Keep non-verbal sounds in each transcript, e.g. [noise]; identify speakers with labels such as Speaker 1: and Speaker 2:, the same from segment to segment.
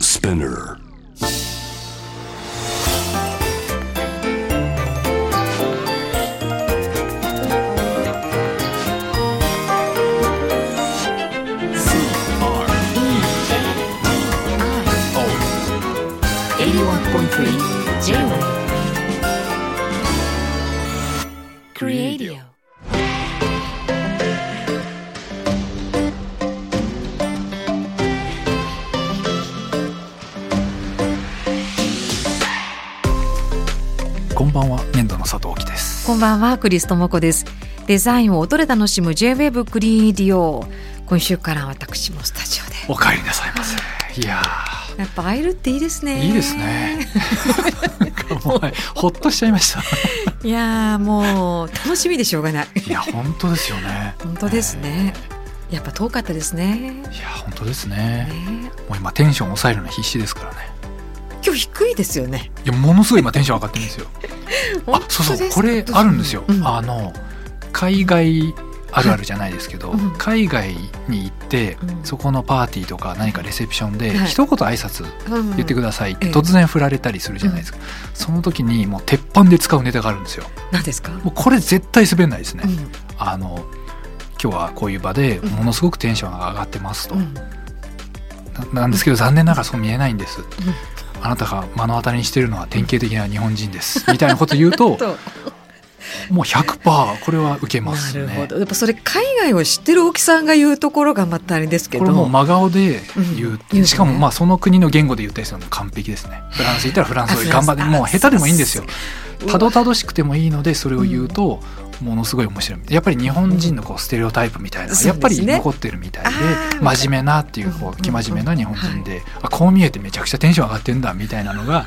Speaker 1: Spinner.
Speaker 2: 81.3 J-Wave
Speaker 3: Creadio.
Speaker 4: こんばんは粘土の佐藤貴です
Speaker 2: こんばんはクリストモコですデザインを音で楽しむ J-Wave クリエイディオ今週から私もスタジオで
Speaker 4: お帰りなさいませいや
Speaker 2: やっぱ会えるっていいです
Speaker 4: ー
Speaker 2: ね
Speaker 4: いいですねもうはいほっとしちゃいました
Speaker 2: [laughs] いやーもう楽しみでしょうがない
Speaker 4: いや本当ですよね
Speaker 2: 本当ですねやっぱ遠かったですねね
Speaker 4: いや本当ですねもう今テンション抑えるの必死ですからね
Speaker 2: 今日低いですよね
Speaker 4: いやものすごい今テンション上がってるんですよあ
Speaker 2: 本当
Speaker 4: そうそう
Speaker 2: です
Speaker 4: これあるんですよ、
Speaker 2: うん
Speaker 4: あの海外あるあるじゃないですけど、
Speaker 2: うん
Speaker 4: 海外に行って、
Speaker 2: うん
Speaker 4: そこのパーティーとか何かレセプションで、
Speaker 2: はい
Speaker 4: 一言挨拶
Speaker 2: うん
Speaker 4: 言ってくださいって
Speaker 2: ええ
Speaker 4: 突然振られたりするじゃないですか、その時にもう鉄板で使うネタがあるんですよ
Speaker 2: 何ですか
Speaker 4: もうこれ絶対滑んないですね、
Speaker 2: うん
Speaker 4: あの今日はこういう場で
Speaker 2: うん
Speaker 4: ものすごくテンションが上がってますと、
Speaker 2: うん
Speaker 4: ななんですけど残念ながらそう見えないんです、
Speaker 2: ん
Speaker 4: あなたが目の当たりにしてるのは典型的な日本人ですみたいなこと言う
Speaker 2: [laughs]
Speaker 4: と
Speaker 2: と
Speaker 4: もう100%これは受けますね
Speaker 2: なるほどやっぱそれ海外を知ってる大木さんが言うところがまたあれですけ
Speaker 4: こ
Speaker 2: ど
Speaker 4: れもう真顔で言う、
Speaker 2: うん言うね
Speaker 4: しかもまあその国の言語で言ったりするのも完璧ですねフランス行ったらフランス語で頑張って
Speaker 2: あ
Speaker 4: もう下手でもいいんですよ
Speaker 2: そう
Speaker 4: たどたどしくてもいいのでそれを言うとものすごい面白いやっぱり日本人のこうステレオタイプみたいなのが
Speaker 2: そう
Speaker 4: やっぱ
Speaker 2: です
Speaker 4: り
Speaker 2: ね
Speaker 4: 残ってるみたいで
Speaker 2: あー
Speaker 4: 真面目なっていうこ
Speaker 2: うん
Speaker 4: う生真面目な日本人であこう見えてめちゃくちゃテンション上がってんだみたいなの
Speaker 2: [laughs]
Speaker 4: が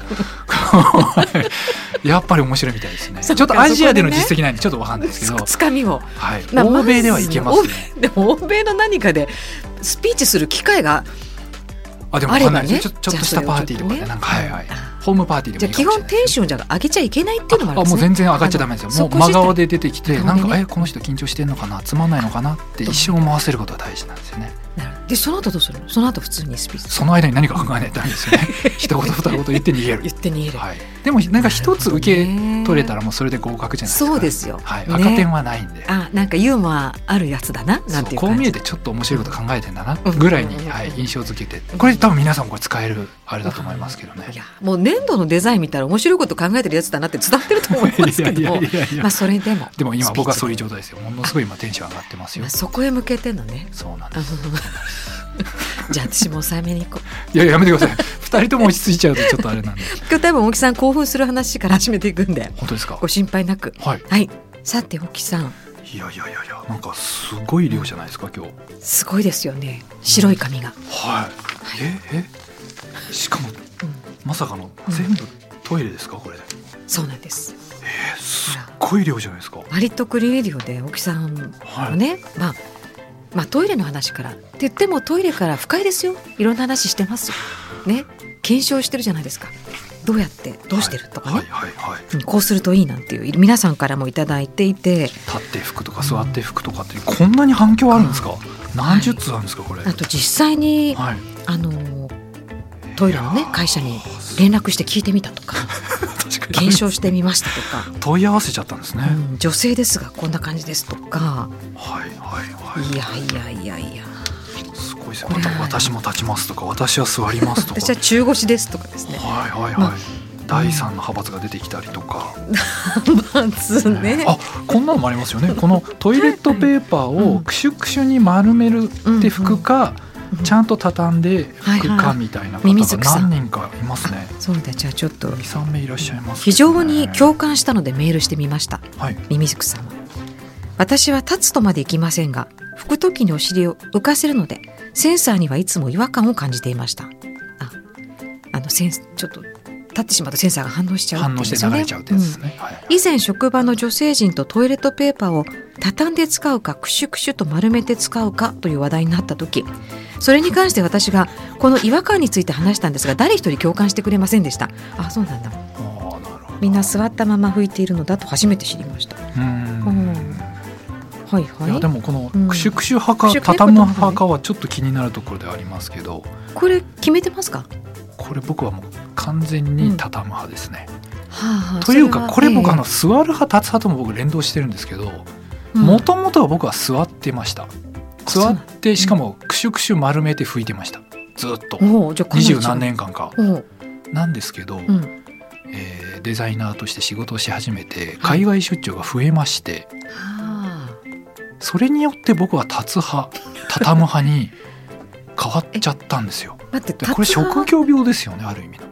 Speaker 4: やっぱり面白いみたいですねち
Speaker 2: そ
Speaker 4: ょ
Speaker 2: っ
Speaker 4: っ
Speaker 2: か
Speaker 4: とアジアでの
Speaker 2: そこでね
Speaker 4: 実績ないんでちょっとわかんないですけど、
Speaker 2: つかみを
Speaker 4: はい、
Speaker 2: まあ
Speaker 4: 欧米ではいけますね
Speaker 2: ず欧米でも欧米の何かでスピーチする機会が
Speaker 4: あでも
Speaker 2: あれば
Speaker 4: わかんない
Speaker 2: ね
Speaker 4: ですちょちょっとしたパーティーとかで、
Speaker 2: じゃあそれをちょっとね
Speaker 4: なんかはいはい
Speaker 2: あ
Speaker 4: ホームパーティー
Speaker 2: じ
Speaker 4: で
Speaker 2: ゃ
Speaker 4: も
Speaker 2: あ
Speaker 4: いい
Speaker 2: 基
Speaker 4: かもしれ
Speaker 2: 本
Speaker 4: ない
Speaker 2: テンションじゃ上げちゃいけないっていうのもあるんで
Speaker 4: も
Speaker 2: すね
Speaker 4: う全然上がっちゃダメです
Speaker 2: あ
Speaker 4: よも
Speaker 2: の
Speaker 4: う真顔
Speaker 2: そこ自
Speaker 4: で
Speaker 2: 体
Speaker 4: 出てきて
Speaker 2: なる
Speaker 4: な
Speaker 2: ほ
Speaker 4: ん
Speaker 2: どね
Speaker 4: かえこの人緊張してんのかなつまんないのかなって一瞬思わせることが大事なんですよね
Speaker 2: なるほどでその後どうするのその後普通にスピーチ
Speaker 4: その間に何か考えないとダメです
Speaker 2: [laughs]
Speaker 4: よね一言二言言って逃げる
Speaker 2: 言って逃げる、
Speaker 4: はい、でもなんか一つ受け取れたらもうそれで合格じゃないですか
Speaker 2: そうですよ
Speaker 4: はい、
Speaker 2: ね
Speaker 4: 赤点はないんで
Speaker 2: あなんかユーモアあるやつだな
Speaker 4: そ
Speaker 2: な
Speaker 4: うん
Speaker 2: ていう
Speaker 4: こう
Speaker 2: 感
Speaker 4: 見
Speaker 2: じ
Speaker 4: えてちょっと面白いこと考えてんだな
Speaker 2: うん
Speaker 4: ぐらいに、
Speaker 2: うん
Speaker 4: はい、印象づけて
Speaker 2: ん
Speaker 4: これ多分皆さんもこれ使えるあれだと思いますけどね
Speaker 2: いやもう粘土のデザイン見たら面白いこと考えてるやつだなって伝わってると思いますけ
Speaker 4: いや
Speaker 2: ど
Speaker 4: いやいやいや
Speaker 2: まあそれでも
Speaker 4: でも今僕はそういう
Speaker 2: スピーチ
Speaker 4: 状態ですよものすごい今テンション上がってます
Speaker 2: で
Speaker 4: よ
Speaker 2: まあそこへ向けてのね
Speaker 4: そうなん
Speaker 2: あ
Speaker 4: で
Speaker 2: の [laughs]
Speaker 4: す
Speaker 2: じゃあ私も抑えめに行こう
Speaker 4: いややめてください二人とも落ち着いちゃうとちょっとあれ
Speaker 2: [laughs]
Speaker 4: なんで
Speaker 2: 今日多分大木さん興奮する話から始めていくんで
Speaker 4: 本当ですか
Speaker 2: ご心配なく
Speaker 4: はい
Speaker 2: はいさて大木さん
Speaker 4: いやいやいやいやなんかすごい量じゃないですか今日
Speaker 2: すごいですよね白い紙が
Speaker 4: はいええしかもまさかの全部トイレですかこれ
Speaker 2: そうなんです
Speaker 4: えすっごい量じゃないですか
Speaker 2: 割とクリエイディオで大木さんのね、まあまあトイレの話からって言ってもトイレから深いですよいろんな話してますよね検証してるじゃないですかどうやってどうしてるとかね、
Speaker 4: はいはいはいはい
Speaker 2: うんこうするといいなんていう皆さんからもいただいていて
Speaker 4: 立って服とか座って服とかってこんなに反響あるんですか何十通あるんですかこれ
Speaker 2: あと実際に、
Speaker 4: はい
Speaker 2: あのトイレの
Speaker 4: い
Speaker 2: ね
Speaker 4: やー
Speaker 2: 会社に連絡して聞いてみた
Speaker 4: [laughs]
Speaker 2: とか
Speaker 4: 確かに
Speaker 2: 検証してみましたとか、
Speaker 4: 問い合わせちゃったんですね
Speaker 2: うん、女性ですがこんな感じですとか
Speaker 4: はいはいはい
Speaker 2: いやいやいやいや
Speaker 4: すごいですね
Speaker 2: こ
Speaker 4: わ
Speaker 2: れ
Speaker 4: た私も立ちますとか私は座りますとか
Speaker 2: 私は中腰ですとかですね
Speaker 4: はいはいはい、
Speaker 2: まあ
Speaker 4: 第三の派閥が出てきたりとか、
Speaker 2: まずね
Speaker 4: あこんなのもありますよねこのトイレットペーパー
Speaker 2: う
Speaker 4: を
Speaker 2: ん
Speaker 4: クシュクシュに丸めるって拭くか、
Speaker 2: うん
Speaker 4: ちゃんと畳んで拭
Speaker 2: は
Speaker 4: く
Speaker 2: いは
Speaker 4: か
Speaker 2: い
Speaker 4: みたいな方
Speaker 2: 耳づく
Speaker 4: が
Speaker 2: さん
Speaker 4: 何人かいますね
Speaker 2: そうだじゃあちょっと
Speaker 4: 二三名いらっしゃいますけ
Speaker 2: 非
Speaker 4: ど
Speaker 2: 常
Speaker 4: ね、
Speaker 2: に共感したのでメールしてみました
Speaker 4: はい
Speaker 2: ミミズクさんは私は立つとまでいきませんが拭く時にお尻を浮かせるのでセンサーにはいつも違和感を感じていましたああのセンスちょっと立ってしまうとセンサーが反応しちゃうってい
Speaker 4: 反
Speaker 2: うん
Speaker 4: 応
Speaker 2: で
Speaker 4: し
Speaker 2: す
Speaker 4: て
Speaker 2: よ
Speaker 4: 流
Speaker 2: ね
Speaker 4: れちゃうってやつですね、はい
Speaker 2: 以前職場の女性陣とトイレットペーパーを畳んで使うかクシュクシュと丸めて使うかという話題になった時それに関して私がこの違和感について話したんですが誰一人共感してくれませんでしたあそうなんだ
Speaker 4: あーなるほど
Speaker 2: みんな座ったまま拭いているのだと初めて知りましたは
Speaker 4: うーん
Speaker 2: いはい
Speaker 4: やで
Speaker 2: い
Speaker 4: もこの
Speaker 2: うん
Speaker 4: クシュクシュ派
Speaker 2: クシ
Speaker 4: か
Speaker 2: ュクシュ
Speaker 4: 畳む
Speaker 2: 派か
Speaker 4: 派かはちょっと気になるところではありますけど
Speaker 2: これ決めてますか
Speaker 4: ここれ僕はもう完全に畳む派ですね、
Speaker 2: はあはあ
Speaker 4: というか
Speaker 2: そは
Speaker 4: これ僕
Speaker 2: ええ
Speaker 4: あの座る派立つ派とも僕連動してるんですけど
Speaker 2: うん
Speaker 4: もともとは僕は座ってました
Speaker 2: そう
Speaker 4: 座
Speaker 2: なん
Speaker 4: っ
Speaker 2: だ
Speaker 4: てしかもクシュクシュ丸めて拭いてましたずっと
Speaker 2: おおじゃあかな
Speaker 4: 二
Speaker 2: り
Speaker 4: 十何年間か
Speaker 2: 違うおう
Speaker 4: なんですけど、
Speaker 2: うん
Speaker 4: えーデザイナーとして仕事をし始めて海外出張が増えまして
Speaker 2: はあ
Speaker 4: それによって僕は立つ派畳む派に変わっちゃったんですよ。
Speaker 2: 待って
Speaker 4: でこれ
Speaker 2: 達郎
Speaker 4: 職業病ですよねある意味の。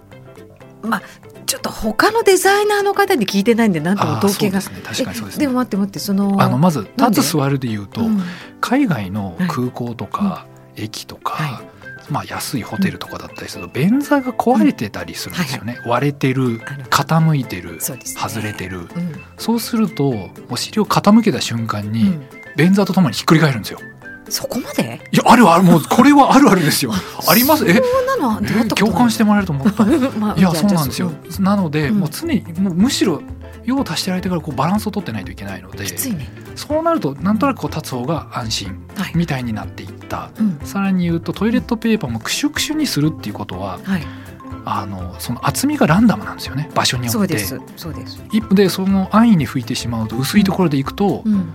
Speaker 2: まあちょっと他のデザイナーの方に聞いてないんでなんとも
Speaker 4: あー
Speaker 2: 統
Speaker 4: そう
Speaker 2: 計
Speaker 4: で
Speaker 2: が
Speaker 4: すね確かにそうです
Speaker 2: えでも
Speaker 4: ね。
Speaker 2: 待って待ってその
Speaker 4: あのまず
Speaker 2: なんで
Speaker 4: 立つ座るで言うと、
Speaker 2: うん
Speaker 4: 海外の空港とか駅とか、
Speaker 2: は
Speaker 4: まあ、安いホテルとかだったりすると便座が壊れてたりするんですよね、割れてる
Speaker 2: あの
Speaker 4: 傾いてる
Speaker 2: そうですね
Speaker 4: 外れてる
Speaker 2: うん
Speaker 4: そうするとお尻を傾けた瞬間
Speaker 2: う
Speaker 4: に
Speaker 2: ん
Speaker 4: 便座とともにひっくり返るんですよ。
Speaker 2: そこまで
Speaker 4: いやあるあるもうこれはあるあるです
Speaker 2: [laughs]
Speaker 4: よありますえ
Speaker 2: そうなの
Speaker 4: え共感しててもらえると思った。
Speaker 2: [laughs] まあ
Speaker 4: いや
Speaker 2: じゃあ
Speaker 4: そうなんですよ
Speaker 2: じゃあ。
Speaker 4: なので、
Speaker 2: うん
Speaker 4: もう常にもうむしろ用を足してる間からこうバランスを取ってないといけないので
Speaker 2: きついね
Speaker 4: そうなるとなんとなくこう立つ方が安心
Speaker 2: はい
Speaker 4: みたいになっていった。
Speaker 2: うん
Speaker 4: さらに言うとトイレットペーパーもクシュクシュにするっていうことは
Speaker 2: はい
Speaker 4: あのその厚みがランダムなんですよね場所によ
Speaker 2: そう
Speaker 4: っ
Speaker 2: で
Speaker 4: て
Speaker 2: すそうです
Speaker 4: 一歩でその安易に拭いてしまうと薄いところでいくと、
Speaker 2: うん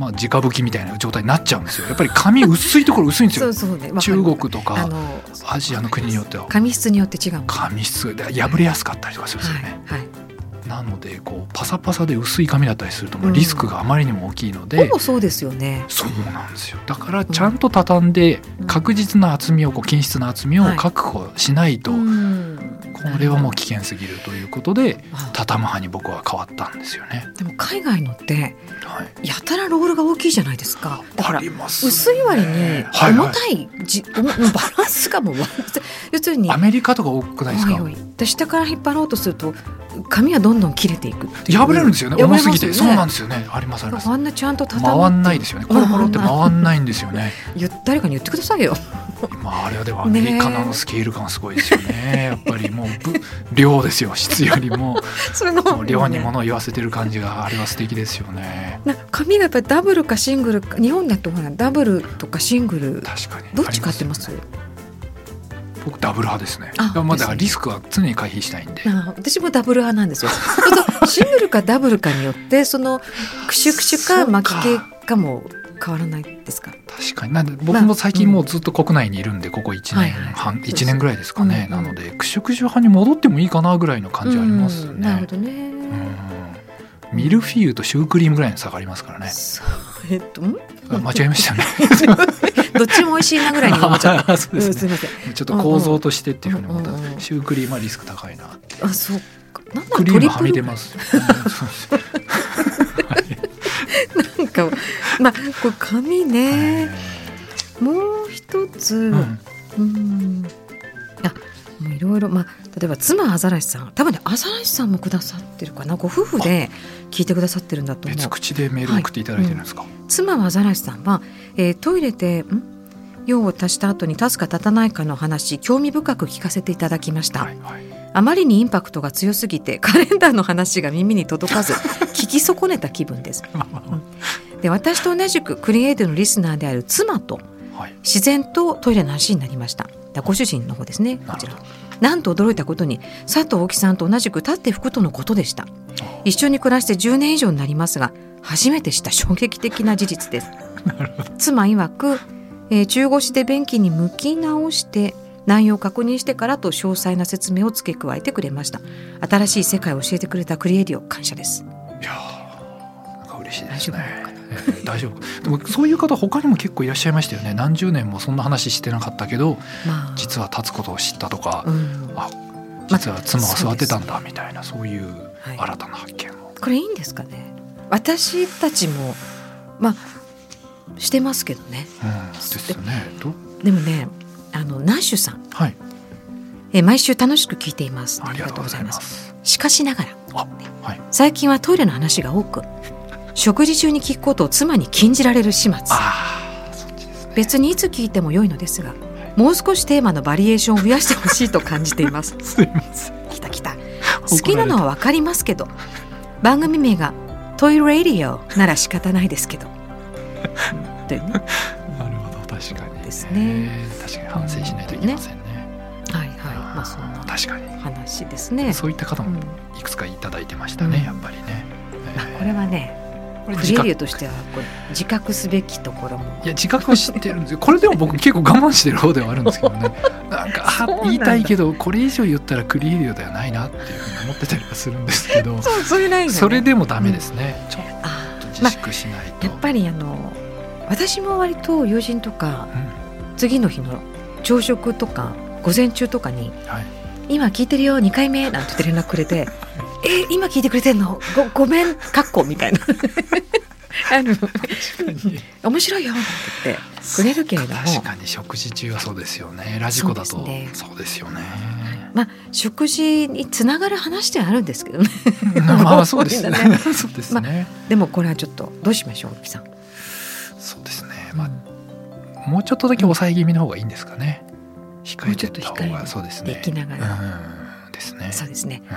Speaker 4: まあ直拭きみたいな状態になっちゃうんですよやっぱり紙薄いところ薄いんです
Speaker 2: [laughs] そ
Speaker 4: よ
Speaker 2: うそうねわかる
Speaker 4: 中国と
Speaker 2: あ
Speaker 4: か
Speaker 2: の
Speaker 4: アジアの国によっては
Speaker 2: 紙質によって違うもん
Speaker 4: 紙質が破れやすかったりとかするんですよね、
Speaker 2: はいはい
Speaker 4: なのでこうパサパサで薄い紙だったりするともううんリスクがあまりにも大きいので、
Speaker 2: ほぼそうですよね
Speaker 4: そうなんですよだからちゃんと畳んで
Speaker 2: うん
Speaker 4: 確実な厚みをこう均質な厚みを
Speaker 2: はい
Speaker 4: 確保しないと、
Speaker 2: うん
Speaker 4: これはもう危険すぎるということで
Speaker 2: あ
Speaker 4: 畳む派に僕は変わったんですよね。
Speaker 2: でも海外のって
Speaker 4: はい、
Speaker 2: やたらロールが大きいじゃないですかだから
Speaker 4: ります
Speaker 2: 薄い割に
Speaker 4: はいはい
Speaker 2: 重たいじ、重バランスがもう悪くて要するに
Speaker 4: アメリカとか多くないですか
Speaker 2: おいおいで下から引っ張ろうとすると髪はどんどん切れていくっていう
Speaker 4: 破れるんですよね
Speaker 2: 破れ
Speaker 4: 重
Speaker 2: ます
Speaker 4: す
Speaker 2: よね
Speaker 4: ぎてそうなんですよねありますあります
Speaker 2: あんなちゃんと畳む
Speaker 4: 回んないですよねコロコロって回んないんですよね
Speaker 2: ゆ誰かに言ってください
Speaker 4: [laughs]
Speaker 2: よ
Speaker 4: まああれはでもアメリカのあのスケール感すごいですよねやっぱりもうぶ量ですよ質より
Speaker 2: [laughs]
Speaker 4: も
Speaker 2: それの
Speaker 4: もう量に物を言わせてる感じがあれは素敵ですよね
Speaker 2: な髪がやっぱりダブルかシングルか日本だとほらダブルとかシングル
Speaker 4: 確かに
Speaker 2: どっち買ってます
Speaker 4: ありよね僕ダブル派ですね
Speaker 2: あ
Speaker 4: まあだ
Speaker 2: です
Speaker 4: か
Speaker 2: ね
Speaker 4: らリスクは常に回避したいんで
Speaker 2: あ私もダブル派なんですよ。 [laughs] そうするとシングルかダブルかによってそのクシュクシュ
Speaker 4: そう
Speaker 2: か
Speaker 4: か
Speaker 2: 巻き系かも変わらないですか。
Speaker 4: 確かになんで僕も最近もうずっと国内にいるんでここ1
Speaker 2: はい
Speaker 4: 年
Speaker 2: はい
Speaker 4: 半、
Speaker 2: そうです
Speaker 4: 一年ぐらいですかね、
Speaker 2: うんうん
Speaker 4: なのでクシュクシュ派に戻ってもいいかなぐらいの感じあります
Speaker 2: うんなるほ
Speaker 4: ね、
Speaker 2: ど
Speaker 4: う
Speaker 2: ね。
Speaker 4: んミルフィーユとシュークリームぐらいの差がありますからね
Speaker 2: そうえっとん
Speaker 4: あ間違えましたね
Speaker 2: どっちも美味しい [laughs] なぐらいに思っちゃっ
Speaker 4: あ [laughs] そう
Speaker 2: た。う
Speaker 4: で
Speaker 2: ん
Speaker 4: すす
Speaker 2: み
Speaker 4: ね
Speaker 2: ません。
Speaker 4: ちょっと構造としてっていうふうに思った、
Speaker 2: うんうんうん
Speaker 4: シュークリームはリスク高いな
Speaker 2: あそうか。なんだ
Speaker 4: クリームは
Speaker 2: ト
Speaker 4: み
Speaker 2: リ
Speaker 4: 出
Speaker 2: プル
Speaker 4: ますよね
Speaker 2: なんかまあこう髪ね。もう一つ。
Speaker 4: うん
Speaker 2: うん。あ、もういろいろ、まあ、例えば妻アザラシさん、多分ね、アザラシさんもくださってるかな、ご夫婦で。聞いてくださってるんだと思
Speaker 4: 別
Speaker 2: う。
Speaker 4: 口でメールを送っていただいてるんですか、
Speaker 2: 妻はアザラシさんは、えートイレで、ん。用を足した後に立つか立たないかの話興味深く聞かせていただきました、
Speaker 4: はいはい
Speaker 2: あまりにインパクトが強すぎてカレンダーの話が耳に届か
Speaker 4: [laughs]
Speaker 2: ず聞き損ねた気分ですで私と同じくクリエイティブのリスナーである妻と
Speaker 4: はい
Speaker 2: 自然とトイレの話になりましただご主人の方ですねこちら
Speaker 4: なる
Speaker 2: なんと驚いたことに佐藤大木さんと同じく立って拭くとのことでした一緒に暮らして10年以上になりますが初めてした衝撃的な事実です妻曰く、えー中腰で便器に向き直して内容を確認してからと詳細な説明を付け加えてくれました新しい世界を教えてくれたクリエイディオ感謝です
Speaker 4: いやーなんか嬉しいですね。えー大丈夫。でもそういう方他にも結構いらっしゃいましたよね。何十年もそんな話してなかったけど、
Speaker 2: まあ
Speaker 4: 実は立つことを知ったとか、
Speaker 2: うん
Speaker 4: あ、実は妻
Speaker 2: まあ
Speaker 4: は座ってたんだみたいなそういう
Speaker 2: はい
Speaker 4: 新たな発見を。
Speaker 2: これいいんですかね私たちもまあしてますけどね
Speaker 4: うん、ですよね。ど
Speaker 2: でもねあのナッシュさん
Speaker 4: はい、
Speaker 2: えー毎週楽しく聞いています
Speaker 4: ありがとうございます。
Speaker 2: しかしながら
Speaker 4: あ、はい。
Speaker 2: 最近はトイレの話が多く食事中に聞くことを妻に禁じられる始末
Speaker 4: ああ、そっちですね。
Speaker 2: 別にいつ聞いても良いのですがもう少しテーマのバリエーションを増やしてほしいと感じています
Speaker 4: [laughs] すいません。
Speaker 2: きたきた好きなのはわかりますけど番組名が「トイレディオ」なら仕方ないで
Speaker 4: [laughs]
Speaker 2: すけど。うんというね
Speaker 4: なるほど、確かに。
Speaker 2: ですね
Speaker 4: えー確かに反省しないといけませんね。
Speaker 2: はいはい。まあそんな
Speaker 4: 確かに
Speaker 2: 話ですね。
Speaker 4: そういった方
Speaker 2: う
Speaker 4: も
Speaker 2: ん
Speaker 4: いくつかいただいてましたね、
Speaker 2: うん
Speaker 4: やっぱりね、えー
Speaker 2: これはね、
Speaker 4: これ
Speaker 2: ク
Speaker 4: 自
Speaker 2: リエリ
Speaker 4: 覚
Speaker 2: オとしてはこれ自覚すべきところも。
Speaker 4: いや自覚は知ってるんですよこれでも僕結構我慢してる方ではあるんですけど [laughs] ねなんかあ
Speaker 2: そうなんだ
Speaker 4: 言いたいけどこれ以上言ったらクリエリオではないなっていうふうに思ってたりはするんですけど
Speaker 2: そうそういうラインがね
Speaker 4: それでもダメですね、ちょっ
Speaker 2: あ
Speaker 4: と
Speaker 2: ー
Speaker 4: 自粛しないと、
Speaker 2: やっぱりあの私も割と友人とか次の日の朝食とか午前中とか
Speaker 4: う
Speaker 2: に
Speaker 4: んはい、
Speaker 2: 「今聞いてるよ2回目」なんて言って連絡くれて「え今聞いてくれてんのごごめんかっこ」みたいな [laughs] あの
Speaker 4: [laughs]
Speaker 2: 「面白いよ」って言ってくれるけれども
Speaker 4: 確かに食事中はそうですよねラジコだと
Speaker 2: そ
Speaker 4: そうう
Speaker 2: です
Speaker 4: です
Speaker 2: [laughs]
Speaker 4: よね
Speaker 2: まあ食事につながる話ではあるんですけどね
Speaker 4: まあそうですね
Speaker 2: 多いん
Speaker 4: そうですね、
Speaker 2: でもこれはちょっとどうしましょう大木さん、
Speaker 4: そうですねまあもうちょっとだけ抑え気味の方がいいんですかね控えてった
Speaker 2: もうちょっと
Speaker 4: 方
Speaker 2: 控えめ
Speaker 4: がそうですね
Speaker 2: できながら、
Speaker 4: うんですね
Speaker 2: そうですね
Speaker 4: うん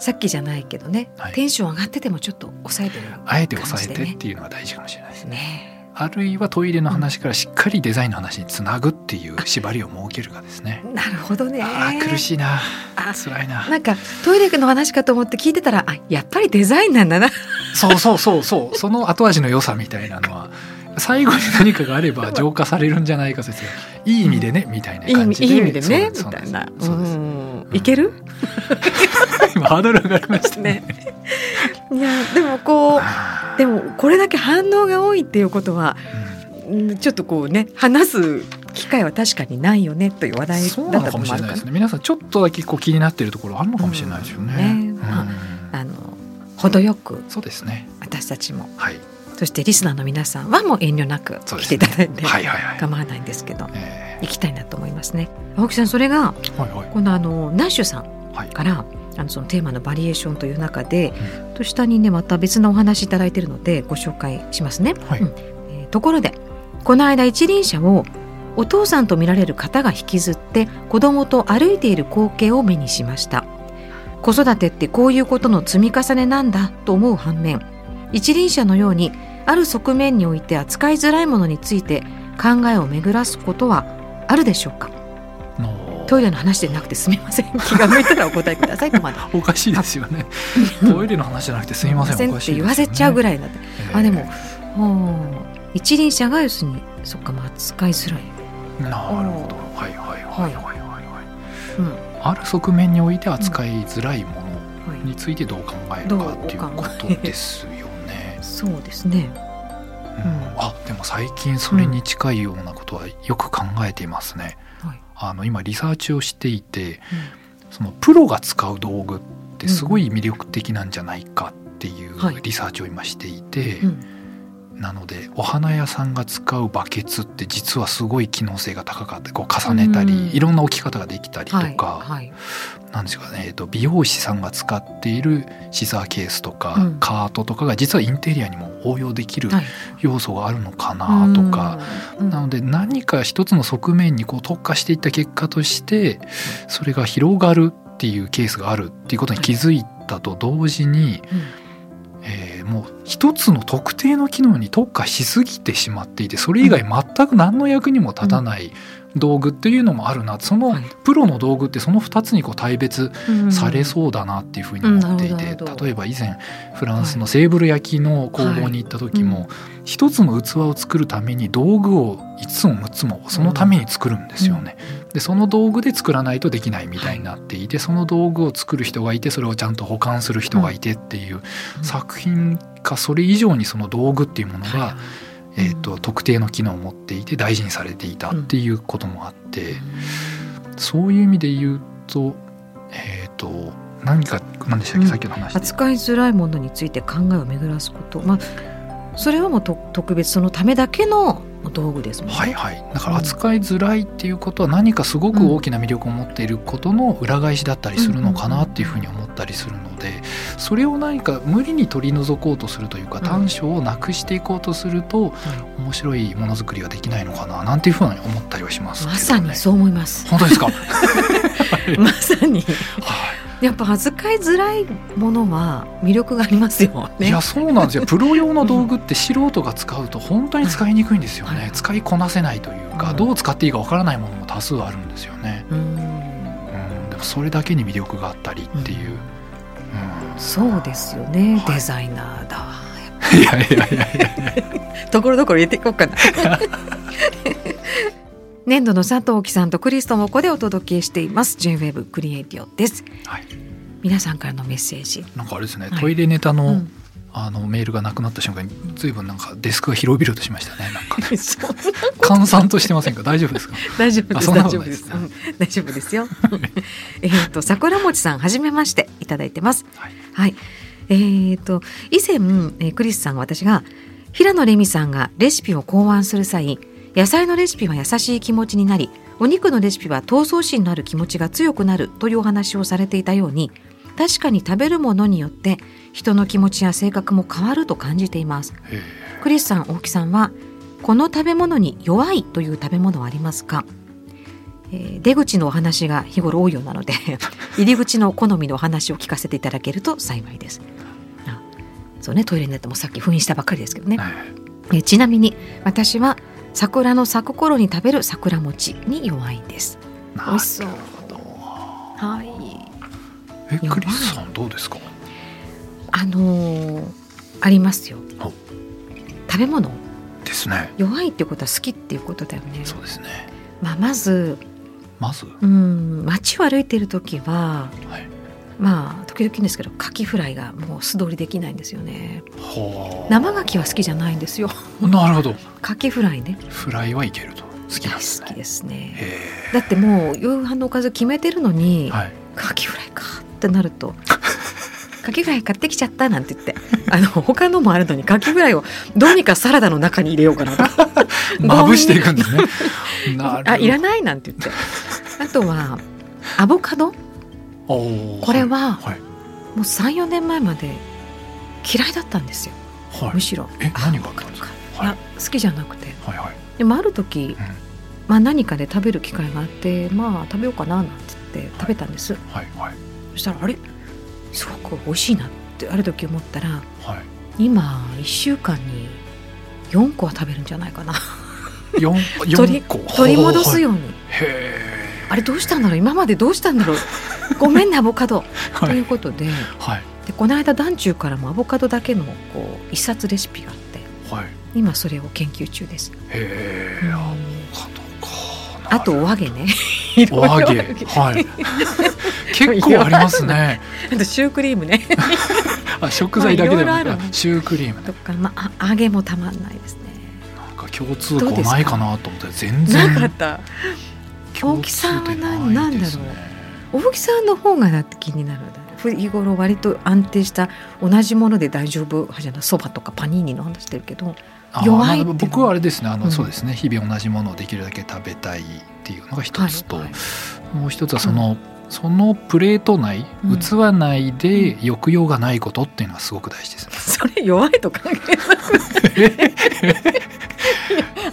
Speaker 2: さっきじゃないけどね、
Speaker 4: はい
Speaker 2: テンション上がっててもちょっと抑えてる
Speaker 4: あえて抑え
Speaker 2: 感じで
Speaker 4: て
Speaker 2: ね
Speaker 4: っていうのが大事かもしれないですね。
Speaker 2: ね
Speaker 4: あるいはトイレの話からしっかりデザインの話につなぐっていう縛りを設けるかですね。
Speaker 2: なるほどね
Speaker 4: ああ苦
Speaker 2: い
Speaker 4: しいな
Speaker 2: あ
Speaker 4: 辛いな
Speaker 2: なんかトイレの話かと思って聞いてたらあやっぱりデザインなんだな
Speaker 4: そうそうそうそうその後味の良さみたいなのは最後に何かがあれば浄化されるんじゃないか説がいい意味でねみたいない
Speaker 2: い意
Speaker 4: 感
Speaker 2: 味
Speaker 4: じで
Speaker 2: いい意味でねみ
Speaker 4: そう
Speaker 2: た
Speaker 4: んです
Speaker 2: いなう
Speaker 4: そうですそうで
Speaker 2: ん
Speaker 4: うん
Speaker 2: いける
Speaker 4: す今ハードル上がりましたね。
Speaker 2: いやでもこう
Speaker 4: あー
Speaker 2: でもこれだけ反応が多いっていうことは
Speaker 4: うん
Speaker 2: うんちょっとこうね話す機会は確かにないよねという話題
Speaker 4: そう
Speaker 2: だ
Speaker 4: なのか
Speaker 2: ったの
Speaker 4: もし
Speaker 2: もあ
Speaker 4: れな
Speaker 2: る
Speaker 4: い
Speaker 2: か
Speaker 4: です
Speaker 2: な
Speaker 4: ね。皆さんちょっとだけこう気になってるところあるのかもしれないですよね。
Speaker 2: うんねまあ
Speaker 4: うん
Speaker 2: あの程よく
Speaker 4: そうですね。
Speaker 2: 私たちも
Speaker 4: はい。
Speaker 2: そしてリスナーの皆さんはもう遠慮なく
Speaker 4: そうで
Speaker 2: 来
Speaker 4: す
Speaker 2: て
Speaker 4: ね
Speaker 2: いただいて
Speaker 4: はいはいはい。
Speaker 2: 構わないんですけど
Speaker 4: え
Speaker 2: 行きたいなと思いますね青木さんそれが
Speaker 4: ーはいはい。
Speaker 2: このあのナッシュさん
Speaker 4: はい
Speaker 2: からあのそのテーマのバリエーションという中で、と下にねまた別のお話いただいているのでご紹介しますね、
Speaker 4: はい
Speaker 2: うんえーところでこの間一輪車をお父さんと見られる方が引きずって子供と歩いている光景を目にしました子育てってこういうことの積み重ねなんだと思う反面一輪車のようにある側面において扱いづらいものについて考えを巡らすことはあるでしょうか
Speaker 4: の
Speaker 2: トイレの話でなくてすみません気が向いたらお答えくださいとまで
Speaker 4: おかしいですよね。トイレの話じゃなく [laughs] てすみません。おか
Speaker 2: っ
Speaker 4: しい
Speaker 2: て言わせちゃうぐ
Speaker 4: らい。
Speaker 2: らいなんで
Speaker 4: えー
Speaker 2: あでも、はあ一輪車が要するにそっかまあ扱いづらい、
Speaker 4: なるほど。はいはいはいはいはいはい。
Speaker 2: うん
Speaker 4: ある側面において扱いづらいもの
Speaker 2: は
Speaker 4: についてどう考えるかっていうことですよね
Speaker 2: い、。そうですね
Speaker 4: うん
Speaker 2: ん
Speaker 4: あでも最近それに近いようなことはよく考えていますね。
Speaker 2: はい、
Speaker 4: あの今リサーチをしていてそのプロが使う道具ってすごい魅力的なんじゃないかっていう
Speaker 2: うんはい
Speaker 4: リサーチを今していて。
Speaker 2: うんうん
Speaker 4: なのでお花屋さんが使うバケツって実はすごい機能性が高かったこう重ねたり、
Speaker 2: うん
Speaker 4: いろんな置き方ができたりとか、
Speaker 2: はいはい
Speaker 4: なんですかね、えー、と美容師さんが使っているシザーケースとか、
Speaker 2: うん
Speaker 4: カートとかが実はインテリアにも応用できる
Speaker 2: はい
Speaker 4: 要素があるのかなとか、
Speaker 2: うん
Speaker 4: なので何か一つの側面にこう特化していった結果としてそれが広がるっていうケースがあるっていうことに気づいたと同時に、
Speaker 2: うん
Speaker 4: えーもう一つの特定の機能に特化しすぎてしまっていてそれ以外全く何の役にも立たない道具っていうのもあるなその
Speaker 2: はい
Speaker 4: プロの道具ってその2つにこう対別
Speaker 2: うん
Speaker 4: されそうだなっていうふうに思ってい
Speaker 2: うんうんな
Speaker 4: て
Speaker 2: るほど
Speaker 4: 例えば以前フランスのセーブル焼きの工房に行った時も一つの器を作るために道具を5つも6つもそのために作るんですよね。でその道具で作らないとできないみたいになっていてその道具を作る人がいてそれをちゃんと保管する人がいてっていう
Speaker 2: うん
Speaker 4: 作品かそれ以上にその道具っていうもの
Speaker 2: はい
Speaker 4: が、えー、と特定の機能を持っていて大事にされていたっていうこともあってそういう意味で言うとえっ、と何か何でしたっけ、
Speaker 2: うん
Speaker 4: さっきの話で
Speaker 2: 扱いづらいものについて考えを巡らすことまあそれはもうと特別そのためだけの道具ですもんね、
Speaker 4: はいはい、だから扱いづらいっていうことは何かすごく大きな魅力を持っていることの裏返しだったりするのかなっていうふうに思ったりするのでそれを何か無理に取り除こうとするというか
Speaker 2: うん
Speaker 4: 短所をなくしていこうとすると面白いものづくりはできないのかななんていうふうに思ったりはしますけど、ね、
Speaker 2: まさにそう思います
Speaker 4: 本当
Speaker 2: [laughs]
Speaker 4: ですか、はい、
Speaker 2: まさにやっぱ扱いづらいものは魅力がありますよね。
Speaker 4: いやそうなん [laughs] ですよプロ用の道具って素人が使うと本当に使いにくいんですよね、
Speaker 2: はい
Speaker 4: 使いこなせないというか、
Speaker 2: うん
Speaker 4: どう使っていいかわからないものも多数あるんですよね。
Speaker 2: うーん
Speaker 4: うんでもそれだけに魅力があったりっていう、うん
Speaker 2: そうですよね、
Speaker 4: はい
Speaker 2: デザイナーだわ
Speaker 4: [laughs] いやいやいやいや
Speaker 2: ところどころ入れていこうか [laughs] な年度の佐藤貴さんとクリストもここでお届けしています J-WAVE クリエイティオです
Speaker 4: はい
Speaker 2: 皆さんからのメッセージ、
Speaker 4: なんかあれですね
Speaker 2: はい
Speaker 4: トイレネタの、
Speaker 2: うん [laughs]
Speaker 4: あのメールがなくなった瞬間に随分なんかデスクが広々としましたねなんか
Speaker 2: そう
Speaker 4: 閑散としてません [laughs] か大丈夫ですか
Speaker 2: 大丈夫で
Speaker 4: あ
Speaker 2: す
Speaker 4: そんな
Speaker 2: 大
Speaker 4: こ
Speaker 2: 丈
Speaker 4: とな
Speaker 2: 夫
Speaker 4: いで
Speaker 2: で
Speaker 4: す
Speaker 2: す、うん大丈夫ですよ [laughs] えっと桜餅さんはじめましていただいてます
Speaker 4: はい
Speaker 2: はい。えーと以前、えークリスさんが私が平野レミさんがレシピを考案する際野菜のレシピは優しい気持ちになりお肉のレシピは闘争心のある気持ちが強くなるというお話をされていたように確かに食べるものによって人の気持ちや性格も変わると感じています
Speaker 4: え
Speaker 2: クリスさん大木さんはこの食べ物に弱いという食べ物はありますか、えー出口のお話が日頃多いような
Speaker 4: [laughs]
Speaker 2: ので入り口の好みのお話を聞かせていただけると幸いですあそうねトイレになってもさっき封印したばっかりですけどね
Speaker 4: ー、
Speaker 2: えーちなみに私は桜の咲く頃に食べる桜餅に弱いです美味しそうはい
Speaker 4: えクリスさんどうですか
Speaker 2: あのーありますよ
Speaker 4: お
Speaker 2: 食べ物
Speaker 4: ですね
Speaker 2: 弱いってことは好きっていうことだよね、
Speaker 4: そうですね
Speaker 2: まあ、まず
Speaker 4: まず
Speaker 2: うん街を歩いてる時は
Speaker 4: はい
Speaker 2: まあ時々ですけどカキフライがもう素通りできないんですよね
Speaker 4: ほー
Speaker 2: 生牡蠣は好きじゃないんですよ [laughs]
Speaker 4: なるほど
Speaker 2: カキフライね
Speaker 4: フライはいけると好き
Speaker 2: 大
Speaker 4: なんです
Speaker 2: 好き
Speaker 4: ね
Speaker 2: ですね
Speaker 4: へ
Speaker 2: だってもう夕飯のおかず決めてるのに
Speaker 4: えはい
Speaker 2: カキフライかってなると [laughs] カキフライ買ってきちゃったなんて言ってあの他のもあるのにカキフライをどうにかサラダの中に入れようかなと
Speaker 4: まぶしていくんですねなるほど
Speaker 2: あいらないなんて言ってあとはアボカド
Speaker 4: おー
Speaker 2: これは
Speaker 4: はい
Speaker 2: もう34年前まで嫌いだったんですよ
Speaker 4: はい
Speaker 2: むしろ
Speaker 4: え
Speaker 2: あ
Speaker 4: 何があったんですか
Speaker 2: い
Speaker 4: はい
Speaker 2: や好きじゃなくて
Speaker 4: はいはい
Speaker 2: でもある時、
Speaker 4: うん
Speaker 2: まあ、何かで食べる機会があってまあ食べようかななんつって食べたんです、
Speaker 4: はいはい
Speaker 2: そしたらあれすごく美味しいなってある時思ったら
Speaker 4: はい
Speaker 2: 今1週間に4個は食べるんじゃないかな
Speaker 4: 四
Speaker 2: 取り
Speaker 4: 四個
Speaker 2: 取り戻すように、
Speaker 4: はいへ
Speaker 2: あれどうしたんだろう今までどうしたんだろう
Speaker 4: [laughs]
Speaker 2: ごめんねアボカド、
Speaker 4: えは
Speaker 2: とい
Speaker 4: いう
Speaker 2: ことで
Speaker 4: はい
Speaker 2: でこの間団中からもアボカドだけのこう一冊レシピがあって
Speaker 4: はいへ
Speaker 2: 今それを研究中です
Speaker 4: え
Speaker 2: うん
Speaker 4: アボカドか
Speaker 2: あとお
Speaker 4: なる
Speaker 2: 揚げねいろ
Speaker 4: お
Speaker 2: いろ
Speaker 4: 揚
Speaker 2: [laughs]
Speaker 4: げ
Speaker 2: 揚げ
Speaker 4: はい結構ありますね
Speaker 2: あとシュークリームね
Speaker 4: あ食材だけでも
Speaker 2: まあ
Speaker 4: ないい
Speaker 2: ろいろあるね
Speaker 4: シュークリームね
Speaker 2: とか、まあ、あ揚げもたまんないですね
Speaker 4: なんか共通項ないかなと思って全然
Speaker 2: なかった
Speaker 4: 共通点ないですね
Speaker 2: 大木さんは何なんだ大木さんの方がだって気になるんだふ日頃割と安定した同じもので大丈夫派じゃないそばとかパニーニの話してるけど
Speaker 4: あー
Speaker 2: 弱いっていうの
Speaker 4: まあ僕はあれですねあの、
Speaker 2: うん
Speaker 4: そうですね日々同じものをできるだけ食べたいっていうのが一つと、
Speaker 2: はいはい
Speaker 4: もう一つはその、そのプレート内
Speaker 2: うん
Speaker 4: 器内で抑揚がないことっていうのはすごく大事ですね。
Speaker 2: それ弱いと関係なく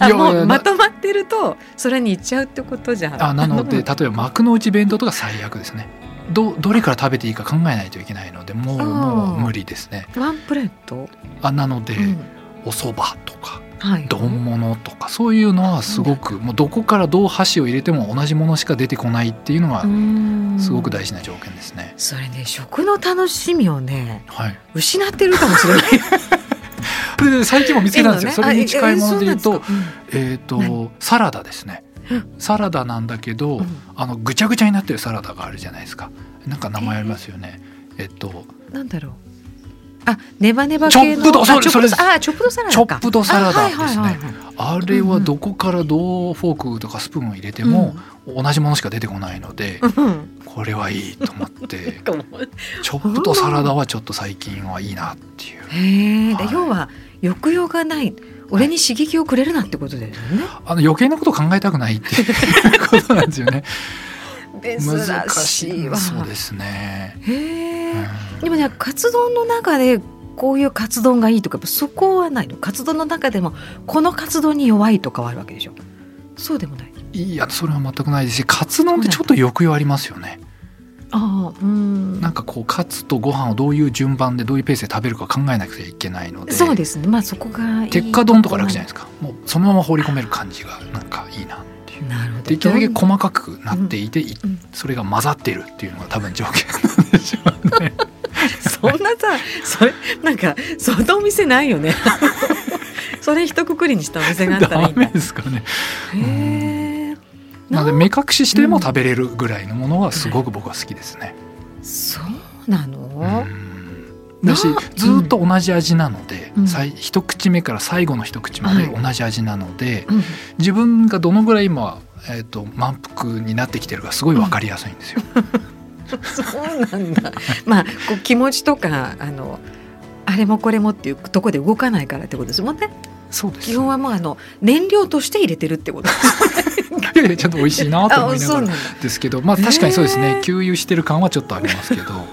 Speaker 4: [laughs]
Speaker 2: あ
Speaker 4: いや
Speaker 2: も
Speaker 4: いや
Speaker 2: う
Speaker 4: な
Speaker 2: まとまってるとそれに行っちゃうってことじゃん
Speaker 4: あなので
Speaker 2: うん
Speaker 4: 例えば幕の内弁当とか最悪ですねどどれから食べていいか考えないといけないのでもう
Speaker 2: あー
Speaker 4: もう無理ですね。
Speaker 2: ワンプレート、
Speaker 4: あなので、
Speaker 2: うん
Speaker 4: お蕎麦とか
Speaker 2: はい
Speaker 4: 丼物とかそういうのはすごくもうどこからどう箸を入れても同じものしか出てこないっていうのが
Speaker 2: うん
Speaker 4: すごく大事な条件ですね。
Speaker 2: それね食の楽しみをね
Speaker 4: はい、
Speaker 2: 失ってるかもしれない
Speaker 4: で最近も見つけたんですよ、
Speaker 2: 今
Speaker 4: [laughs] そ
Speaker 2: ねあ
Speaker 4: れに近いもので言うと
Speaker 2: ええそうなんで
Speaker 4: えっ、とサラダですねサラダなんだけど、
Speaker 2: うん
Speaker 4: あのぐちゃぐちゃになってるサラダがあるじゃないですかなんか名前ありますよね、えっと
Speaker 2: すかうんなんだろうあネバネバ系の
Speaker 4: チョップド
Speaker 2: あ
Speaker 4: それ
Speaker 2: チョッ
Speaker 4: それ
Speaker 2: プ
Speaker 4: です
Speaker 2: あチョップドサラダか
Speaker 4: チョップドサラダですね
Speaker 2: あはいはいはいはい
Speaker 4: あれはどこからどうフォークとかスプーンを入れても同じものしか出てこないので、
Speaker 2: うん
Speaker 4: これはいいと思って [laughs]
Speaker 2: かも
Speaker 4: チョップとサラダはちょっと最近はいいなっていう
Speaker 2: へえ、で
Speaker 4: はい
Speaker 2: 要は抑揚がない俺に刺激をくれるなってことだよね。
Speaker 4: あの余計なこと考えたくないっていうことなんです [laughs] よね難
Speaker 2: 珍
Speaker 4: し
Speaker 2: しい
Speaker 4: い
Speaker 2: わ。
Speaker 4: そうですね、う
Speaker 2: へえ、
Speaker 4: ん
Speaker 2: でもねカツ丼の中でこういうカツ丼がいいとかやっぱそこはないのカツ丼の中でもこのカツ丼に弱いとかはあるわけでしょそうでもない
Speaker 4: いやそれは全くないですしカツ丼ってちょっと抑揚ありますよね
Speaker 2: ああな。うん。
Speaker 4: なんかこうカツとご飯をどういう順番でどういうペースで食べるか考えなくちゃいけないので
Speaker 2: そうですね。まあそこがいい
Speaker 4: 鉄火丼とか楽じゃないですかもうそのまま放り込める感じがなんかいいな
Speaker 2: なるほど。
Speaker 4: できるだけ細かくなっていて、い
Speaker 2: うん
Speaker 4: それが混ざってるっていうのが多分条件なんでしょうね
Speaker 2: そんなさ、それなんかそのお店ないよね。 [laughs] それ一括りにしたお店があったら
Speaker 4: ダ
Speaker 2: いいんだ
Speaker 4: メ。ですかね
Speaker 2: へえ。
Speaker 4: なので
Speaker 2: ん
Speaker 4: 目隠ししても食べれるぐらいのものはすごく僕は好きですね、
Speaker 2: そうなの？
Speaker 4: うんだし
Speaker 2: な
Speaker 4: ずーっと同じ味なので、
Speaker 2: うん
Speaker 4: さい一口目から最後の一口まで同じ味なので、
Speaker 2: うん。
Speaker 4: 自分がどのぐらい今、えー、と満腹になってきてるかすごい分かりやすいんですよ。
Speaker 2: [laughs] そうなんだ。まあこう気持ちとかあの。あれもこれもっていうとこで動かないからってことですもんね。
Speaker 4: そうです
Speaker 2: 基
Speaker 4: [laughs]
Speaker 2: 本はもうあの燃料として入れてるってこと。
Speaker 4: いやいやちょっと美味しいなと思
Speaker 2: あ、
Speaker 4: いな
Speaker 2: そう
Speaker 4: が
Speaker 2: なん
Speaker 4: ら
Speaker 2: だ。
Speaker 4: ですけど、まあ、確かにそうですね、
Speaker 2: へー
Speaker 4: 給油してる感はちょっとあり [laughs] ますけどそう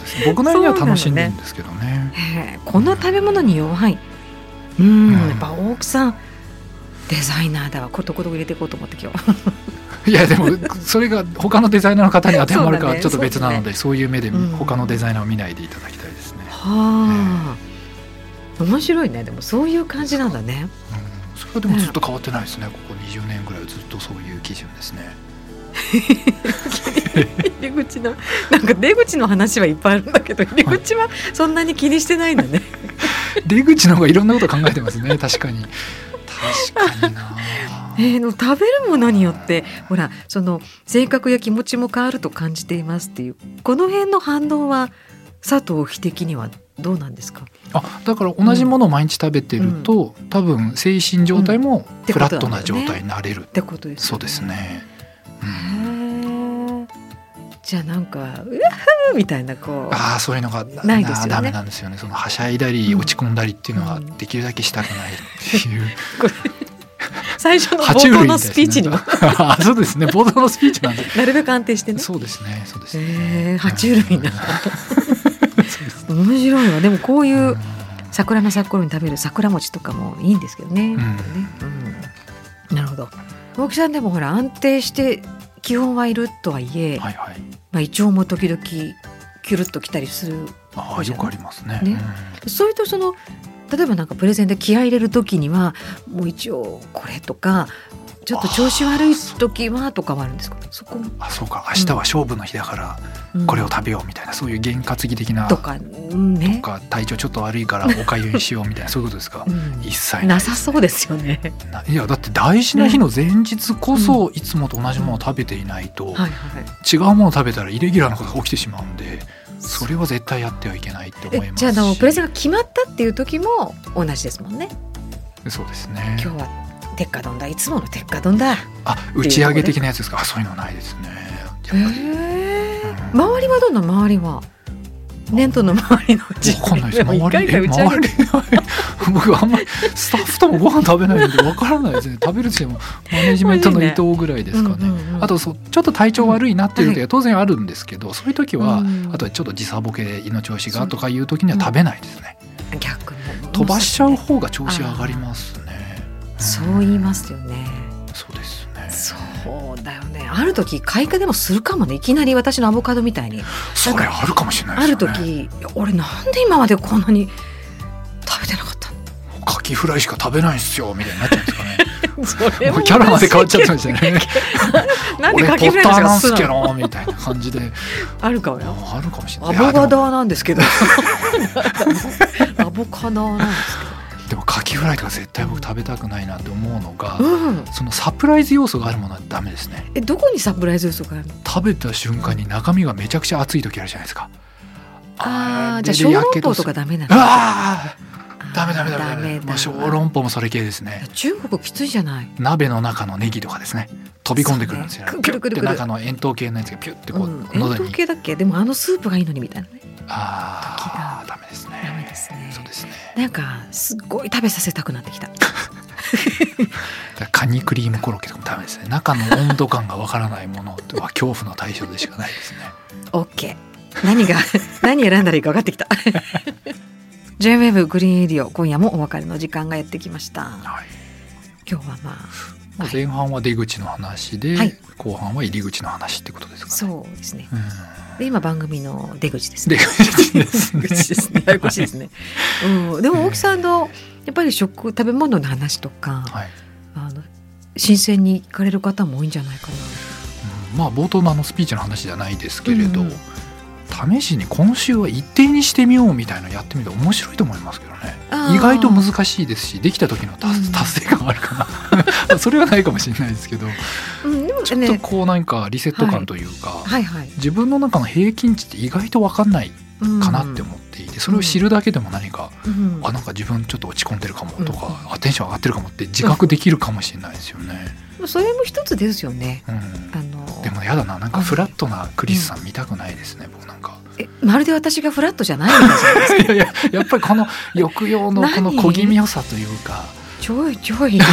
Speaker 4: です、ね、僕なりには楽しんでるんですけどね。
Speaker 2: へえこんな食べ物に弱い。うん、
Speaker 4: うん
Speaker 2: やっぱ大木さん。デザイナーだわ、これとこと入れていこうと思って今日。
Speaker 4: いやでもそれが他のデザイナーの方に当てはまるか
Speaker 2: そうだ
Speaker 4: は
Speaker 2: ね
Speaker 4: ちょっと別なのでそう,、いう目で
Speaker 2: うん
Speaker 4: 他のデザイナーを見ないでいただきたいですね。
Speaker 2: はあ。面白いね、でもそういう感じなんだね。
Speaker 4: うんそれはでもずっと変わってないですねここ20年ぐらいはずっとそういう基準ですね。
Speaker 2: 入り口の、なんか出口の話はいっぱいあるんだけど、入り口はそんなに気にしてないんだね。
Speaker 4: 出口の方がいろんなこと考えてますね確かに確かにな
Speaker 2: えー、の食べるものによってほらその性格や気持ちも変わると感じていますっていうこの辺の反応は佐藤妃的にはどうなんですか
Speaker 4: あだから同じものを毎日食べてると、多分精神状態も
Speaker 2: ん
Speaker 4: フラットな状態になれる、
Speaker 2: ってことです
Speaker 4: そ
Speaker 2: よ
Speaker 4: うですね、
Speaker 2: へ
Speaker 4: うん
Speaker 2: ーじゃあなんか「うわふ!」みたいなこう
Speaker 4: ああそういうのがな
Speaker 2: ないですよね
Speaker 4: ダメなんですよねそのはしゃいだり
Speaker 2: うん
Speaker 4: 落ち込んだりっていうのは
Speaker 2: うん
Speaker 4: できるだけしたくないって
Speaker 2: [laughs]
Speaker 4: いう、
Speaker 2: 最初の
Speaker 4: 爬虫
Speaker 2: 冒
Speaker 4: 類み
Speaker 2: 頭
Speaker 4: たいで
Speaker 2: の
Speaker 4: すね
Speaker 2: スピーチにも
Speaker 4: [laughs] あそうですね冒頭のスピーチなんで
Speaker 2: なるべく安定 [laughs] してね。
Speaker 4: そうですねそうです
Speaker 2: へー
Speaker 4: ね
Speaker 2: 爬虫類な
Speaker 4: そうですね
Speaker 2: 面白いわでもこういううん桜の咲く頃に食べる桜餅とかもいいんですけどね。
Speaker 4: ん
Speaker 2: やっぱりねうんなるほど大木さんでもほら安定して気温はいるとはいえ、
Speaker 4: はいはい
Speaker 2: まあ、胃腸も時々キュルッときたりする
Speaker 4: ああよくありますね
Speaker 2: ね
Speaker 4: うん
Speaker 2: そういうとその例えばなんかプレゼンで気合い入れる時にはもう一応これとかちょっと調子悪い時はとかはあるんですかそこ、
Speaker 4: あそうか明日は勝負の日だから
Speaker 2: うん
Speaker 4: これを食べようみたいな、そういう験担ぎ的な
Speaker 2: とか、うんね
Speaker 4: か体調ちょっと悪いからおかゆにしようみたいなそういうことですか
Speaker 2: うん
Speaker 4: 一切い
Speaker 2: なさそうですよね。
Speaker 4: ないやだって大事な日の前日こそ、いつもと同じものを食べていないと、
Speaker 2: はいはい、
Speaker 4: 違うものを食べたらイレギュラーなことが起きてしまうんでそれは絶対やってはいけないって思い
Speaker 2: え
Speaker 4: ます
Speaker 2: じゃああのプレゼ
Speaker 4: ン
Speaker 2: ンが決まったっていう時も同じですもんね。
Speaker 4: そうですね
Speaker 2: 今日は鉄火丼だいつもの鉄火丼だ。
Speaker 4: あ打ち上げ的なやつですかあそういうのはないですねやっぱり、
Speaker 2: え
Speaker 4: ー
Speaker 2: 周りはどんな周りは。年頭の周りのうち。
Speaker 4: わかんないです。
Speaker 2: もう一
Speaker 4: 周
Speaker 2: 回
Speaker 4: り、
Speaker 2: か
Speaker 4: え
Speaker 2: 打ち上
Speaker 4: 周
Speaker 2: げて
Speaker 4: り、 [laughs] 僕あんまりスタッフともご飯食べないのでわからないですね。食べるとしてもマネジメントの伊藤ぐらいですか
Speaker 2: うん
Speaker 4: ね。
Speaker 2: うんうん
Speaker 4: あとそうちょっと体調悪いなっていう時は当然あるんですけど、そういう時は、
Speaker 2: うん
Speaker 4: あとちょっと時差ボケで胃の調子がとかいう時には食べないですね。
Speaker 2: 逆も
Speaker 4: 飛ばしちゃう方が調子上がりますね。
Speaker 2: そう言いますよね。
Speaker 4: うんそうですね。
Speaker 2: そうだよね。ある時開花でもするかもね。いきなり私のアボカドみたいに。
Speaker 4: それあるかもしれないで
Speaker 2: あ
Speaker 4: す
Speaker 2: る
Speaker 4: よね。
Speaker 2: 時、いや俺なんで今までこんなに食べてなかった
Speaker 4: カキフライしか食べないっすよみ
Speaker 2: [laughs]
Speaker 4: たいになっちゃうんですかね。 [laughs]
Speaker 2: の。それ
Speaker 4: も
Speaker 2: も [laughs]
Speaker 4: うキャラまで変わっちゃってましたね。
Speaker 2: なんで
Speaker 4: 俺ポ
Speaker 2: かけ
Speaker 4: ッ
Speaker 2: フライ
Speaker 4: ターなん
Speaker 2: の人が
Speaker 4: す
Speaker 2: 素
Speaker 4: け
Speaker 2: なの
Speaker 4: どみたいな感じで。
Speaker 2: あるかもよ。
Speaker 4: ああるかもしれな
Speaker 2: ア
Speaker 4: い。
Speaker 2: ボカ
Speaker 4: いや
Speaker 2: ドーなんです
Speaker 4: [laughs]
Speaker 2: けど。アボカドーなんです
Speaker 4: でもでもカキフライとか絶対僕食べたくないなって思うのが、
Speaker 2: けど。うん。
Speaker 4: そのサプライズ要素があるものはダメですね。
Speaker 2: えどこにサプライズ要素があるの？
Speaker 4: 食べた瞬間に中身がめちゃくちゃ熱い時あるじゃないですか。
Speaker 2: ああ
Speaker 4: れ
Speaker 2: じゃあ小籠包とか。ダメな
Speaker 4: でやけど
Speaker 2: の？
Speaker 4: するああダメダメダメ
Speaker 2: あ
Speaker 4: ダ
Speaker 2: ー
Speaker 4: メ。もう小
Speaker 2: だわ
Speaker 4: 籠包もそれ系ですね。
Speaker 2: 中国きついじゃない。
Speaker 4: 鍋の中のネギとかですね。飛び込んでくるんですよ、
Speaker 2: そう
Speaker 4: ね。
Speaker 2: ね
Speaker 4: ピュ
Speaker 2: く
Speaker 4: ッ
Speaker 2: るくる
Speaker 4: て
Speaker 2: くるくる
Speaker 4: 中の円筒形のやつがピュッてこ
Speaker 2: う。
Speaker 4: うん喉
Speaker 2: 遠
Speaker 4: に。
Speaker 2: 頭系だっけ？でもあのスープがいいのにみたいなね。
Speaker 4: ああダメですね。
Speaker 2: ダメですね
Speaker 4: そうですね。
Speaker 2: なんかすっごい食べさせたくなってきた。
Speaker 4: カニクリームコロッケとかもダメですね中の温度感がわからないものは恐怖の対象でしかないですね
Speaker 2: オッケー。何 [laughs] が何選んだらいいか分かってき [laughs] た。JWEB グリーンエディオ今夜もお別れの時間がやってきました。
Speaker 4: はい
Speaker 2: 今日はまあ
Speaker 4: まあ前半は出口の話で、
Speaker 2: はい
Speaker 4: 後半は入り口の話ってことですかね
Speaker 2: そうですね。
Speaker 4: うん
Speaker 2: で今番組の出口です
Speaker 4: 出
Speaker 2: ね。
Speaker 4: 口です
Speaker 2: 出 [laughs] 口
Speaker 4: ね。
Speaker 2: ですね。ややこしいですね。うん、でも大木さんのやっぱり食食べ物の話とか、
Speaker 4: はい。
Speaker 2: あの新鮮に行かれる方も多いんじゃないかな。
Speaker 4: うんまあ冒頭のあのスピーチの話じゃないですけれど、
Speaker 2: うん
Speaker 4: 試しに今週は一定にしてみようみたいなのやってみて面白いと思いますけどね。
Speaker 2: あー
Speaker 4: 意外と難しいですし、できた時の達
Speaker 2: うん
Speaker 4: 達成感あるかな。 [laughs] それはないかもしれないですけど、
Speaker 2: うん、でも
Speaker 4: ちょっと
Speaker 2: ね、
Speaker 4: こうなんかリセット感というか。
Speaker 2: はいはい。
Speaker 4: 自分の中の平均値って意外と分かんないかなって思っていて、それを知るだけでも何か、
Speaker 2: うん。
Speaker 4: あなんか自分ちょっと落ち込んでるかもとか、
Speaker 2: う
Speaker 4: あテンション上がってるかもって自覚できるかもしれないですよね。
Speaker 2: うん、それも一つですよね。
Speaker 4: うん
Speaker 2: あの
Speaker 4: でもやだななんかフラットなクリスさん見たくないですね、僕なんか [laughs]
Speaker 2: えまるで私がフラットじゃないんですよ。
Speaker 4: いやいややっぱりこの抑揚のこの
Speaker 2: 何
Speaker 4: 小気味良さというか [laughs]
Speaker 2: ちょいちょい。
Speaker 4: いや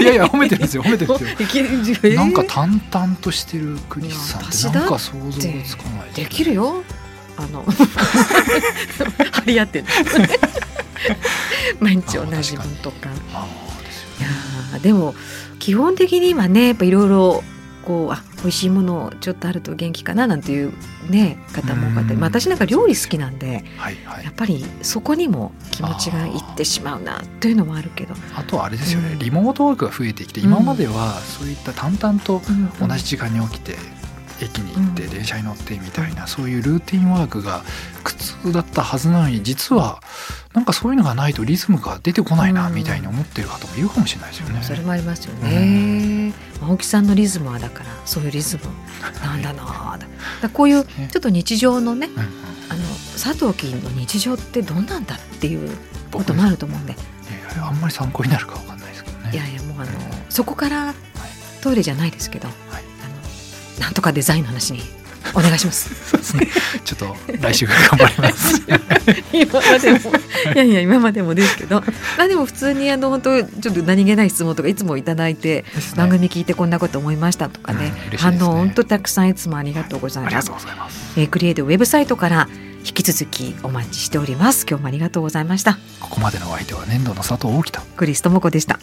Speaker 4: いや褒めてるんですよ褒めてるんですよ、
Speaker 2: え
Speaker 4: なんか淡々としてるクリスさん
Speaker 2: いや私だ
Speaker 4: っ
Speaker 2: って
Speaker 4: てなんか想像がつかないすね
Speaker 2: できるよ。あ
Speaker 4: [laughs]
Speaker 2: の [laughs] 張り合ってる。毎日同じ分とか。
Speaker 4: あーですよ
Speaker 2: いやーでも基本的に今ねやっぱいろいろこうあ美味しいものちょっとあると元気かななんていうね方も多かったり、
Speaker 4: うん
Speaker 2: まあ、私なんか料理好きなんで
Speaker 4: はいはい
Speaker 2: やっぱりそこにも気持ちがいってしまうなというのもあるけど、
Speaker 4: あとはあれですよね、
Speaker 2: うん
Speaker 4: リモートワークが増えてきて
Speaker 2: うん
Speaker 4: 今まではそういった淡々と
Speaker 2: うん
Speaker 4: 同じ時間に起きて駅に行って
Speaker 2: うん
Speaker 4: 電車に乗ってみたいなそういうルーティンワークが苦痛だったはずなのに実はなんかそういうのがないとリズムが出てこないな
Speaker 2: うん
Speaker 4: みたいに思ってる方もいるかもしれないですよね。
Speaker 2: それもありますよね。青木さんのリズムはだからそういうリズムなんだなあだだこういうち
Speaker 4: すね
Speaker 2: ょっと日常のね
Speaker 4: うんうん
Speaker 2: あの佐藤金の日常ってどんなんだっていうこ
Speaker 4: 僕
Speaker 2: と
Speaker 4: い
Speaker 2: もあると思うんで
Speaker 4: やいやあんまり参考になるかわかんないですけどね。
Speaker 2: いやいやもうあのそこから
Speaker 4: はい
Speaker 2: トイレじゃないですけど、
Speaker 4: い
Speaker 2: あのなんとかデザインの話にお願いし
Speaker 4: [laughs]
Speaker 2: ます。
Speaker 4: そうですねちょっと来週から頑張ります。
Speaker 2: 今までも [laughs] いやいや今までもですけど、まあでも普通にあの本当ちょっと何気ない質問とかいつもいただいて、
Speaker 4: ですね
Speaker 2: 番組聞いてこんなこと思いましたとかね、
Speaker 4: うん嬉しいです
Speaker 2: 反
Speaker 4: ね
Speaker 2: 応本当たくさんいつもありがとうござい
Speaker 4: あり
Speaker 2: ま
Speaker 4: が
Speaker 2: す
Speaker 4: とう。ございます。
Speaker 2: えークリエイトウェブサイトから引き続きお待ちしております。今日もありがとうございました。
Speaker 4: ここまでのお相手は年度の佐藤大樹と
Speaker 2: クリス智子でした。